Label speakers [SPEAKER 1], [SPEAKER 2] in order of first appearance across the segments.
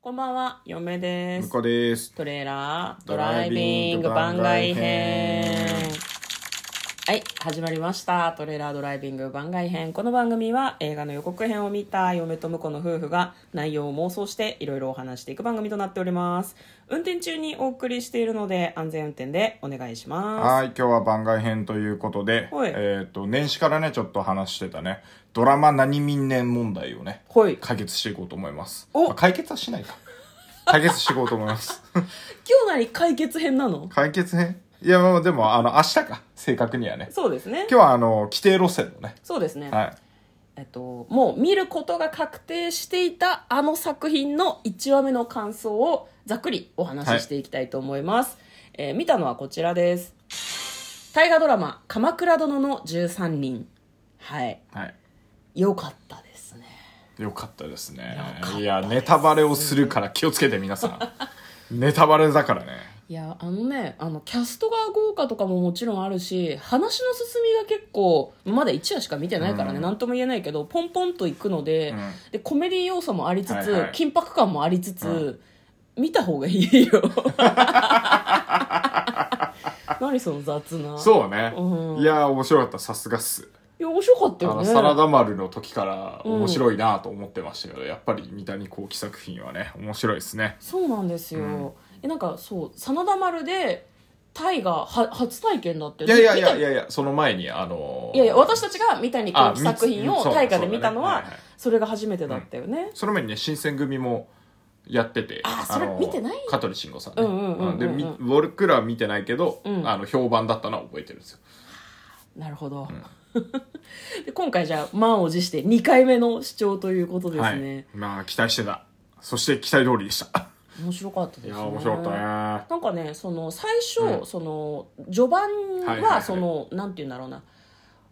[SPEAKER 1] こんばんは、嫁で
[SPEAKER 2] 向
[SPEAKER 1] す
[SPEAKER 2] こ。うです。
[SPEAKER 1] トレーラードライビング番外編。はい、始まりました。トレーラードライビング番外編。この番組は映画の予告編を見た嫁と婿の夫婦が内容を妄想していろいろお話していく番組となっております。運転中にお送りしているので安全運転でお願いしま
[SPEAKER 2] はい、今日は番外編ということで、
[SPEAKER 1] はい
[SPEAKER 2] えっ、と、年始からね、ちょっと話してたね、ドラマ何民年問題をね、
[SPEAKER 1] す。はい。
[SPEAKER 2] 解決していこうと思います。
[SPEAKER 1] お
[SPEAKER 2] まあ解決はしないか。解決していこうと思います。
[SPEAKER 1] 今日何解決編なの
[SPEAKER 2] 解決編いや、まあでも、あの、明日か、正確にはね。
[SPEAKER 1] そうですね。
[SPEAKER 2] 今日は、あの、規定路線のね、
[SPEAKER 1] そうですね。
[SPEAKER 2] はい。
[SPEAKER 1] えっと、もう見ることが確定していたあの作品の1話目の感想をざっくりお話ししていきたいと思います、えー見たのはこちらです大河ドラマ「鎌倉殿の13人」はい
[SPEAKER 2] はい。
[SPEAKER 1] 良かったですね
[SPEAKER 2] よかったですね。
[SPEAKER 1] かった
[SPEAKER 2] いや、ネタバレをするから気をつけて、皆さん。ネタバレだからね。
[SPEAKER 1] いやあのねあのキャストが豪華とかももちろんあるし話の進みが結構まだ1話しか見てないからね
[SPEAKER 2] うん
[SPEAKER 1] 何、とも言えないけどポンポンといくので,、
[SPEAKER 2] うん
[SPEAKER 1] でコメディ要素もありつつ、
[SPEAKER 2] はいはい
[SPEAKER 1] 緊迫感もありつつ、
[SPEAKER 2] う
[SPEAKER 1] 見た方がいい よ何その雑な
[SPEAKER 2] そうね。
[SPEAKER 1] うん
[SPEAKER 2] いや、面白かった。さすがっす。
[SPEAKER 1] いや面白かった
[SPEAKER 2] あ
[SPEAKER 1] よ
[SPEAKER 2] の
[SPEAKER 1] ね
[SPEAKER 2] サラダ丸の時から面白いなと思ってましたけど、やっぱり三谷幸喜作品はね面白いですね
[SPEAKER 1] そうなんですよ、
[SPEAKER 2] うん
[SPEAKER 1] えなんかそう真田丸でタイがは初体験だって
[SPEAKER 2] いやいやいや
[SPEAKER 1] 見
[SPEAKER 2] い
[SPEAKER 1] た
[SPEAKER 2] やいやその前にあのー
[SPEAKER 1] いやいや私たちが三谷幸
[SPEAKER 2] あ
[SPEAKER 1] 喜作品
[SPEAKER 2] み
[SPEAKER 1] を
[SPEAKER 2] そう
[SPEAKER 1] 大河で見たの
[SPEAKER 2] そうだ
[SPEAKER 1] は
[SPEAKER 2] ねはいはい
[SPEAKER 1] それが初めてだったよね、
[SPEAKER 2] その前にね新選組もやってて
[SPEAKER 1] あそれ
[SPEAKER 2] のー
[SPEAKER 1] 見てない
[SPEAKER 2] 香取慎吾さんね
[SPEAKER 1] うんうんうんうんうん
[SPEAKER 2] でみ僕らは見てないけど、
[SPEAKER 1] うん
[SPEAKER 2] あの評判だったのは覚えてるんですよ
[SPEAKER 1] なるほど、 で今回じゃあ満を持して2回目の視聴ということです
[SPEAKER 2] はい
[SPEAKER 1] ね、
[SPEAKER 2] まあ期待してたそして期待通りでした
[SPEAKER 1] 面白かったです
[SPEAKER 2] い
[SPEAKER 1] ね
[SPEAKER 2] や面白かったね
[SPEAKER 1] なんかねその最初、
[SPEAKER 2] うん
[SPEAKER 1] その序盤
[SPEAKER 2] はいはいは
[SPEAKER 1] はいその、なんて言うんだろうな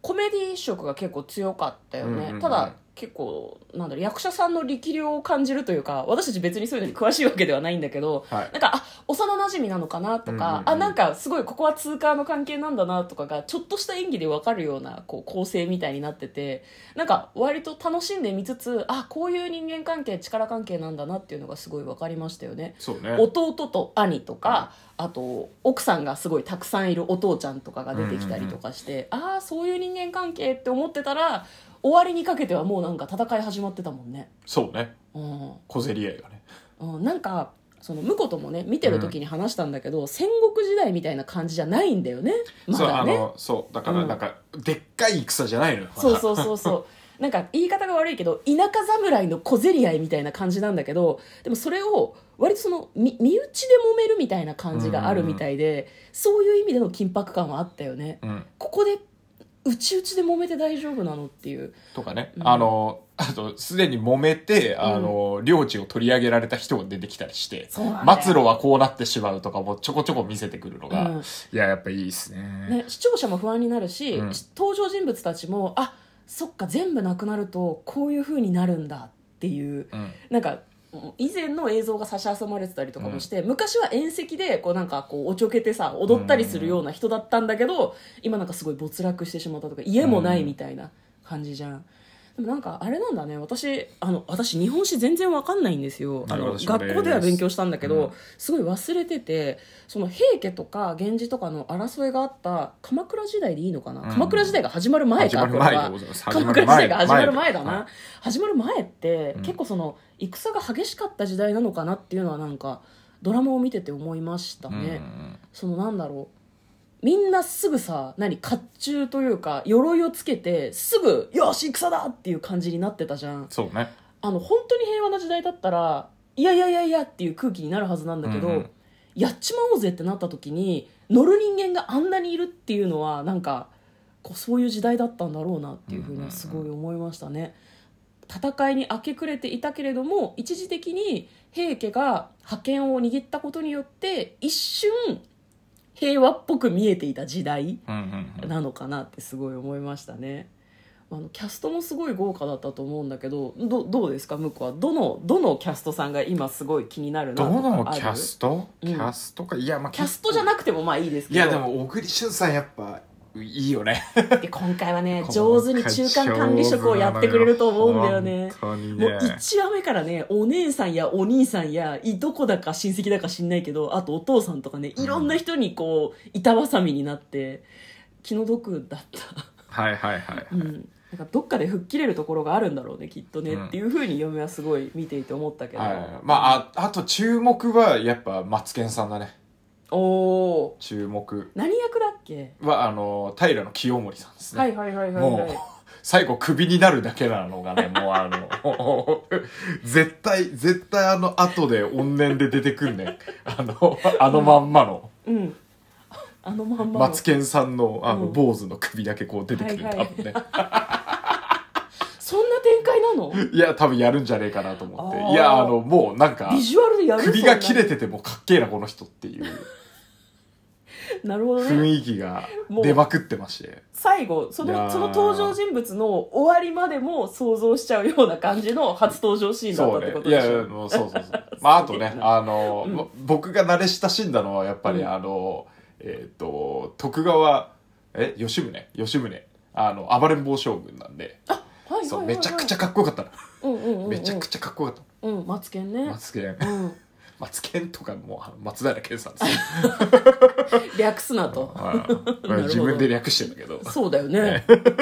[SPEAKER 1] コメディ色が結構強かったよね、
[SPEAKER 2] うんうんうん
[SPEAKER 1] ただ結構なんだろう役者さんの力量を感じるというか私たち別にそういうのに詳しいわけではないんだけど、
[SPEAKER 2] はい
[SPEAKER 1] なんかあ幼なじみなのかなとか、
[SPEAKER 2] うんうんうん
[SPEAKER 1] あなんかすごいここは通過の関係なんだなとかがちょっとした演技で分かるようなこう構成みたいになっててなんか割と楽しんで見つつあこういう人間関係力関係なんだなっていうのがすごい分かりましたよね。
[SPEAKER 2] そうね
[SPEAKER 1] 弟と兄とか、あと奥さんがすごいたくさんいるお父ちゃんとかが出てきたりとかして、ああそういう人間関係って思ってたら終わりにかけてはもうなんか戦い始まってたもんね。
[SPEAKER 2] そうね
[SPEAKER 1] うん
[SPEAKER 2] 小競り合いがね
[SPEAKER 1] うん、なんかその婿ともね見てる時に話したんだけど、戦国時代みたいな感じじゃないんだよねま
[SPEAKER 2] そうあ
[SPEAKER 1] だね
[SPEAKER 2] のそうだから
[SPEAKER 1] うん
[SPEAKER 2] なんか、でっかい戦じゃないのよまだ
[SPEAKER 1] そうそうそう そうなんか言い方が悪いけど田舎侍の小競り合いみたいな感じなんだけどでもそれを割とそのみ身内で揉めるみたいな感じがあるみたいで、そういう意味での緊迫感はあったよね
[SPEAKER 2] うん
[SPEAKER 1] ここでうちうちで揉めて大丈夫なのっていう
[SPEAKER 2] とかね、
[SPEAKER 1] うん
[SPEAKER 2] あのあとすでに揉めてあの、領地を取り上げられた人が出てきたりして
[SPEAKER 1] そうなんだよ
[SPEAKER 2] 末路はこうなってしまうとかもちょこちょこ見せてくるのが、
[SPEAKER 1] うん
[SPEAKER 2] いややっぱいいですね
[SPEAKER 1] ね、視聴者も不安になるし、
[SPEAKER 2] うん
[SPEAKER 1] 登場人物たちもあそっか全部なくなるとこういう風になるんだっていう
[SPEAKER 2] うん
[SPEAKER 1] なんか以前の映像が差し挟まれてたりとかもして、昔は宴席でこうなんかこうおちょけてさ踊ったりするような人だったんだけど、今なんかすごい没落してしまったとか家もないみたいな感じじゃん。でもなんかあれなんだね私あの私日本史全然わかんないんですよあ
[SPEAKER 2] なる
[SPEAKER 1] の
[SPEAKER 2] ほど
[SPEAKER 1] 学校では勉強したんだけど、
[SPEAKER 2] うん
[SPEAKER 1] すごい忘れててその平家とか源氏とかの争いがあった鎌倉時代でいいのかな、
[SPEAKER 2] うん
[SPEAKER 1] 鎌倉時代が始まる前
[SPEAKER 2] 始
[SPEAKER 1] か
[SPEAKER 2] まる
[SPEAKER 1] これは
[SPEAKER 2] 前でございます
[SPEAKER 1] 鎌倉時代が始まる前だな、
[SPEAKER 2] はい
[SPEAKER 1] 始まる前って、
[SPEAKER 2] うん
[SPEAKER 1] 結構その戦が激しかった時代なのかなっていうのはなんかドラマを見てて思いました
[SPEAKER 2] うん
[SPEAKER 1] ね、そのなんだろうみんなすぐさ何甲冑というか鎧をつけてすぐ「よし戦だ!」っていう感じになってたじゃん
[SPEAKER 2] そうね
[SPEAKER 1] あの本当に平和な時代だったらいやいやいやいやっていう空気になるはずなんだけど、
[SPEAKER 2] うんうん
[SPEAKER 1] やっちまおうぜってなった時に乗る人間があんなにいるっていうのはなんかこうそういう時代だったんだろうなっていうふうにはすごい思いましたね。戦いに明け暮れていたけれども一時的に平家が覇権を握ったことによって一瞬平和っぽく見えていた時代
[SPEAKER 2] うんうんうん
[SPEAKER 1] なのかなってすごい思いましたね。あのキャストもすごい豪華だったと思うんだけどどどうですか向こうはどのどのキャストさんが今すごい気になるな
[SPEAKER 2] ど
[SPEAKER 1] とかある
[SPEAKER 2] のキャスト
[SPEAKER 1] うん
[SPEAKER 2] キャストかいやまあ
[SPEAKER 1] キャストじゃ
[SPEAKER 2] い
[SPEAKER 1] なくてもまあいいですけ
[SPEAKER 2] い
[SPEAKER 1] ど
[SPEAKER 2] やでも小栗旬さんやっぱいいよね
[SPEAKER 1] で今回はね上手に中間管理職をやってくれると思うんだよね
[SPEAKER 2] 本当に
[SPEAKER 1] もう
[SPEAKER 2] ね
[SPEAKER 1] 1話目からねお姉さんやお兄さんやいとこだか親戚だか知んないけどあとお父さんとかねいろんな人にこう板挟みになって気の毒だった。
[SPEAKER 2] はいはいはい、
[SPEAKER 1] うんなんかどっかで吹っ切れるところがあるんだろうねきっとね、
[SPEAKER 2] うん
[SPEAKER 1] っていうふうに嫁はすごい見ていて思ったけど、
[SPEAKER 2] はい、まあああと注目はやっぱマツケンさんだね
[SPEAKER 1] おお
[SPEAKER 2] 注目
[SPEAKER 1] 何役だっけ、
[SPEAKER 2] はあの平の清盛さんですね、
[SPEAKER 1] はいはいはいはいはい
[SPEAKER 2] もう最後クビになるだけなの がねもうあの絶対絶対あの後で怨念で出てくんねあのあのまんまの
[SPEAKER 1] うん。あのまんまの。
[SPEAKER 2] マツケンさんのあの
[SPEAKER 1] うん
[SPEAKER 2] 坊主の首だけこう出てくる、
[SPEAKER 1] はい
[SPEAKER 2] 多
[SPEAKER 1] はい
[SPEAKER 2] 分ね
[SPEAKER 1] そんな展開なの
[SPEAKER 2] いや多分やるんじゃねえかなと思って
[SPEAKER 1] あー
[SPEAKER 2] いやあのもうなんか
[SPEAKER 1] ビジュアルでやる
[SPEAKER 2] 首が切れ
[SPEAKER 1] て
[SPEAKER 2] ててもかっけえなこの人っていう
[SPEAKER 1] なるほど
[SPEAKER 2] 雰
[SPEAKER 1] ね。
[SPEAKER 2] 囲気が出まくってまして
[SPEAKER 1] 最後、そ
[SPEAKER 2] いや
[SPEAKER 1] の、
[SPEAKER 2] ー
[SPEAKER 1] その登場人物の終わりまでも想像しちゃうような感じの初登場シーンだっ
[SPEAKER 2] そ
[SPEAKER 1] たっ
[SPEAKER 2] う
[SPEAKER 1] て
[SPEAKER 2] ね
[SPEAKER 1] こ。と
[SPEAKER 2] い
[SPEAKER 1] で
[SPEAKER 2] や、
[SPEAKER 1] し
[SPEAKER 2] いや
[SPEAKER 1] ょ。
[SPEAKER 2] もうそうそうそう。まあ、あとね、あの、
[SPEAKER 1] うん
[SPEAKER 2] ぼ僕が慣れ親しんだのは、やっぱり、
[SPEAKER 1] うん
[SPEAKER 2] あの、えっ、と、徳川、え、吉宗吉宗。あの、暴れん坊将軍なんで、
[SPEAKER 1] はいはいはいはい
[SPEAKER 2] そう、めちゃくちゃ、かっこよかったの。
[SPEAKER 1] うんうんうんうん、
[SPEAKER 2] めちゃく
[SPEAKER 1] ち
[SPEAKER 2] ちゃかっこよかっ
[SPEAKER 1] ゃ。うん、マツケン
[SPEAKER 2] たの。
[SPEAKER 1] ね
[SPEAKER 2] マ。ツケン
[SPEAKER 1] う。ん。
[SPEAKER 2] マツケンとかもう、あの松平健さんです よ。
[SPEAKER 1] 略すなと。
[SPEAKER 2] はい
[SPEAKER 1] ど
[SPEAKER 2] 自分で略してんだけど。
[SPEAKER 1] そうだよね。なんか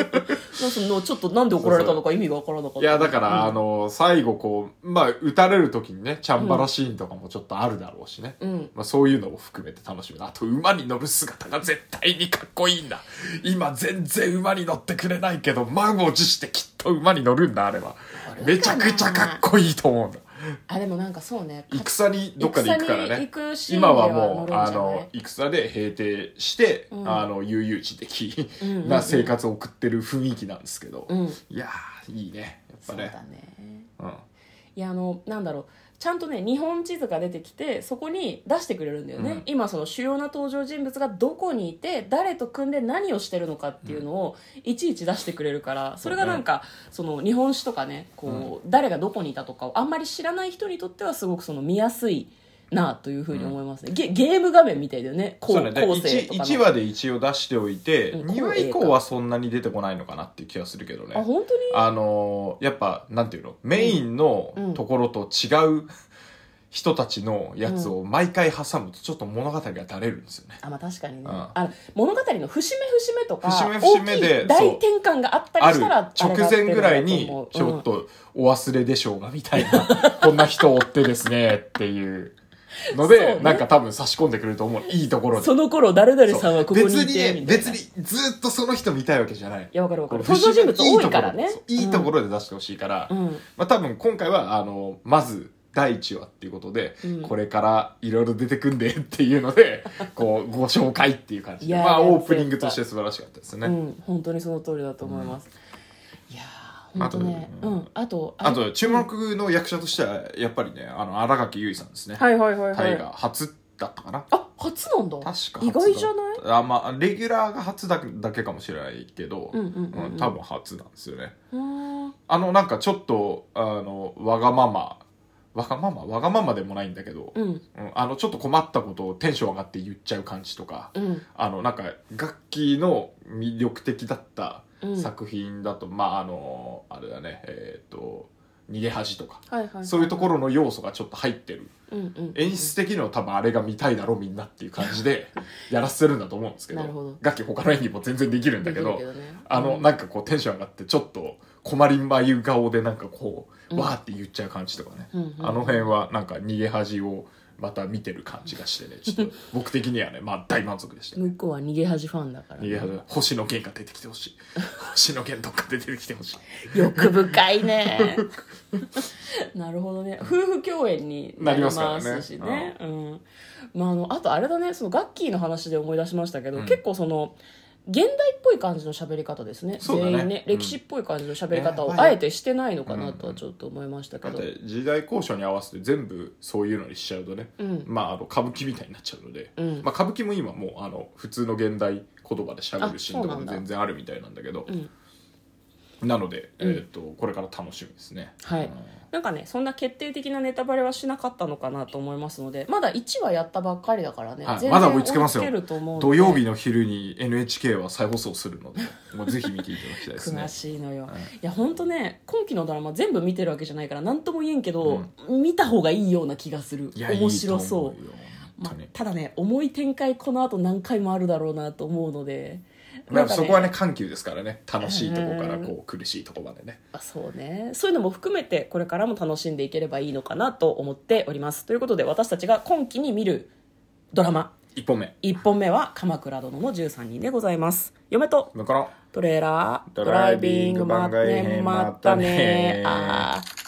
[SPEAKER 1] そのちょっとなんで怒られたのか意味がわからなかった。
[SPEAKER 2] いや、だから、
[SPEAKER 1] うん
[SPEAKER 2] あの、最後こう、まあ、撃たれる時にね、チャンバラシーンとかもちょっとあるだろうしね。
[SPEAKER 1] うん。
[SPEAKER 2] まあ、そういうのも含めて楽しみだあと馬に乗る姿が絶対にかっこいいんだ今全然馬に乗ってくれないけど満を持してきっと馬に乗るんだあれはめちゃくちゃかっこいいと思うんだ
[SPEAKER 1] あ、でもなんかそうね。
[SPEAKER 2] 戦にどっかで行くから
[SPEAKER 1] 戦に
[SPEAKER 2] ね
[SPEAKER 1] 行くシーンで
[SPEAKER 2] 今は
[SPEAKER 1] は
[SPEAKER 2] もう
[SPEAKER 1] 乗る
[SPEAKER 2] あ
[SPEAKER 1] んじゃない
[SPEAKER 2] の戦で平定して、
[SPEAKER 1] うん
[SPEAKER 2] あの悠々自適
[SPEAKER 1] うんうんうん
[SPEAKER 2] な生活を送ってる雰囲気なんですけど、
[SPEAKER 1] うん。
[SPEAKER 2] いやーいいねやっぱ
[SPEAKER 1] そう
[SPEAKER 2] ね
[SPEAKER 1] だね。
[SPEAKER 2] うん
[SPEAKER 1] いやあのなんだろうちゃんとね日本地図が出てきてそこに出してくれるんだよね、
[SPEAKER 2] うん
[SPEAKER 1] 今その主要な登場人物がどこにいて誰と組んで何をしてるのかっていうのをいちいち出してくれるからそれがなんかその日本史とかねこう、誰がどこにいたとかをあんまり知らない人にとってはすごくその見やすいなというふうに思いますね、ゲゲーム画面みたいだよねこう
[SPEAKER 2] そうね、
[SPEAKER 1] 後世とかの
[SPEAKER 2] 1, 話で一応出しておいて、
[SPEAKER 1] うん
[SPEAKER 2] 2話以降はそんなに出てこないのかなっていう気がするけどね
[SPEAKER 1] あ本当に
[SPEAKER 2] あのーやっぱなんていうのメインの
[SPEAKER 1] うん
[SPEAKER 2] ところと違う人たちのやつを毎回挟むとちょっと物語がだれるんですよね。
[SPEAKER 1] あまあ確かにね、
[SPEAKER 2] うん
[SPEAKER 1] あの物語の節目節目とか
[SPEAKER 2] 節目節目で
[SPEAKER 1] 大きい大転換があった
[SPEAKER 2] あ
[SPEAKER 1] り
[SPEAKER 2] る
[SPEAKER 1] したら
[SPEAKER 2] 直前ぐらいにちょっとお忘れでしょうがみたい な、こんな人追ってですねっていうの
[SPEAKER 1] そう
[SPEAKER 2] で、
[SPEAKER 1] ね
[SPEAKER 2] なんか多分差し込んでくると思う。いいところで。
[SPEAKER 1] その頃誰々さんはここにいて
[SPEAKER 2] 別にね、
[SPEAKER 1] みたいな
[SPEAKER 2] 別にずっとその人見たいわけじゃない
[SPEAKER 1] い。やわかるわかる
[SPEAKER 2] この
[SPEAKER 1] 登場人物多いからね
[SPEAKER 2] 節目いいところで出してほしいから、
[SPEAKER 1] うんうん
[SPEAKER 2] まあ、多分今回はあのまず第1話っていうことで、
[SPEAKER 1] うん
[SPEAKER 2] これからいろいろ出てくんでっていう のでこうご紹介っていう感じ
[SPEAKER 1] い
[SPEAKER 2] で
[SPEAKER 1] やー
[SPEAKER 2] まあ、
[SPEAKER 1] いや
[SPEAKER 2] オープニングとして素晴らしかったですね、
[SPEAKER 1] うん本当にその通りだと思います、いやー本当ね
[SPEAKER 2] あと
[SPEAKER 1] う
[SPEAKER 2] うん
[SPEAKER 1] んあと
[SPEAKER 2] あ
[SPEAKER 1] れ
[SPEAKER 2] と注目の役者としてはやっぱりねあの新垣結衣さんですね、
[SPEAKER 1] はいはいはいは
[SPEAKER 2] 大
[SPEAKER 1] い
[SPEAKER 2] 河初だったかな
[SPEAKER 1] あ初なんだ
[SPEAKER 2] 確か初だ
[SPEAKER 1] 意外じゃない
[SPEAKER 2] あまあレギュラーが初だけだけかもしれないけど、
[SPEAKER 1] うんうんうんうん
[SPEAKER 2] 多分初なんですよね
[SPEAKER 1] うーん
[SPEAKER 2] あのなんかちょっとあのわがままわがままわがままでもないんだけど、
[SPEAKER 1] うん
[SPEAKER 2] うん、あのちょっと困ったことをテンション上がって言っちゃう感じとか、
[SPEAKER 1] うん
[SPEAKER 2] あのなんか楽器の魅力的だった
[SPEAKER 1] うん
[SPEAKER 2] 作品だと、まああのあれだねえっ、と逃げ恥とか、
[SPEAKER 1] はいはい
[SPEAKER 2] そういうところの要素がちょっと入ってる
[SPEAKER 1] うんうん
[SPEAKER 2] 演出的には多分あれが見たいだろみんなっていう感じでやらせてるんだと思うんですけど
[SPEAKER 1] なるほど
[SPEAKER 2] 楽器他の演技も全然できるんだけど
[SPEAKER 1] できるけどね
[SPEAKER 2] あの、
[SPEAKER 1] うん
[SPEAKER 2] なんかこうテンション上がってちょっと困りまゆ顔でなんかこ
[SPEAKER 1] う
[SPEAKER 2] う、
[SPEAKER 1] ん
[SPEAKER 2] わーって言っちゃう感じとかね、
[SPEAKER 1] うんうん
[SPEAKER 2] あの辺はなんか逃げ恥をまた見てる感じがして ねちょっと僕的にはねまあ大満足でした、ね、
[SPEAKER 1] 向こうは逃げ恥ファンだから
[SPEAKER 2] 逃げ恥星野源が出てきてほ しい星野源とか出てきてほしい
[SPEAKER 1] 欲深いね なるほどね夫婦共演になりますし
[SPEAKER 2] なり
[SPEAKER 1] ねうんまああのあとあれだねそのガッキーの話で思い出しましたけど、
[SPEAKER 2] うん
[SPEAKER 1] 結構その現代っぽい感じの喋り方ですね
[SPEAKER 2] そうだね
[SPEAKER 1] 全員ね、
[SPEAKER 2] うん
[SPEAKER 1] 歴史っぽい感じの喋り方
[SPEAKER 2] ね
[SPEAKER 1] を
[SPEAKER 2] まあ
[SPEAKER 1] あえてしてないのかなとはちょっと思いましたけ
[SPEAKER 2] だっ
[SPEAKER 1] ど、
[SPEAKER 2] て時代交渉に合わせて全部そういうのにしちゃうとね、
[SPEAKER 1] うん
[SPEAKER 2] まああの歌舞伎みたいになっちゃうので、
[SPEAKER 1] うん
[SPEAKER 2] まあ、歌舞伎も今もうあの普通の現代言葉でしゃべるシーンとか
[SPEAKER 1] あそ
[SPEAKER 2] も
[SPEAKER 1] うなんだ
[SPEAKER 2] 全然あるみたいなんだけど
[SPEAKER 1] うん
[SPEAKER 2] なので、
[SPEAKER 1] うん
[SPEAKER 2] えっとこれから楽しみですね
[SPEAKER 1] はい
[SPEAKER 2] うん
[SPEAKER 1] なんかねそんな決定的なネタバレはしなかったのかなと思いますのでまだ1話やったばっかりだからね、
[SPEAKER 2] はい
[SPEAKER 1] 全然
[SPEAKER 2] まだ追いつけますよ
[SPEAKER 1] 追いつけると思うので
[SPEAKER 2] 土曜日の昼に NHK は再放送するので、もうぜひ見ていただきたいです ね
[SPEAKER 1] 詳。しいのよ、
[SPEAKER 2] はいい、
[SPEAKER 1] や本当ね今期のドラマ全部見てるわけじゃないから何とも言えんけど、見た方がいいような気がする
[SPEAKER 2] いや
[SPEAKER 1] 面白そう
[SPEAKER 2] いいと思うよ
[SPEAKER 1] ま
[SPEAKER 2] 本当に
[SPEAKER 1] ただね重い展開この後何回もあるだろうなと思うので
[SPEAKER 2] ま
[SPEAKER 1] なん
[SPEAKER 2] あ
[SPEAKER 1] かね
[SPEAKER 2] そこはね緩急ですからね楽しいとこからこう苦しいとこまでね
[SPEAKER 1] あそうねそういうのも含めてこれからも楽しんでいければいいのかなと思っておりますということで私たちが今期に見るドラマ
[SPEAKER 2] 一本目
[SPEAKER 1] 1本目は「鎌倉殿の13人」でございます嫁と
[SPEAKER 2] 向こうの
[SPEAKER 1] トレーラード
[SPEAKER 2] ド
[SPEAKER 1] ラ
[SPEAKER 2] ラ
[SPEAKER 1] イ
[SPEAKER 2] イ
[SPEAKER 1] ビ
[SPEAKER 2] ビ
[SPEAKER 1] ン
[SPEAKER 2] ン
[SPEAKER 1] グ
[SPEAKER 2] グ
[SPEAKER 1] ま
[SPEAKER 2] 番
[SPEAKER 1] った
[SPEAKER 2] 外
[SPEAKER 1] ね
[SPEAKER 2] 編
[SPEAKER 1] まったね
[SPEAKER 2] まったね
[SPEAKER 1] あー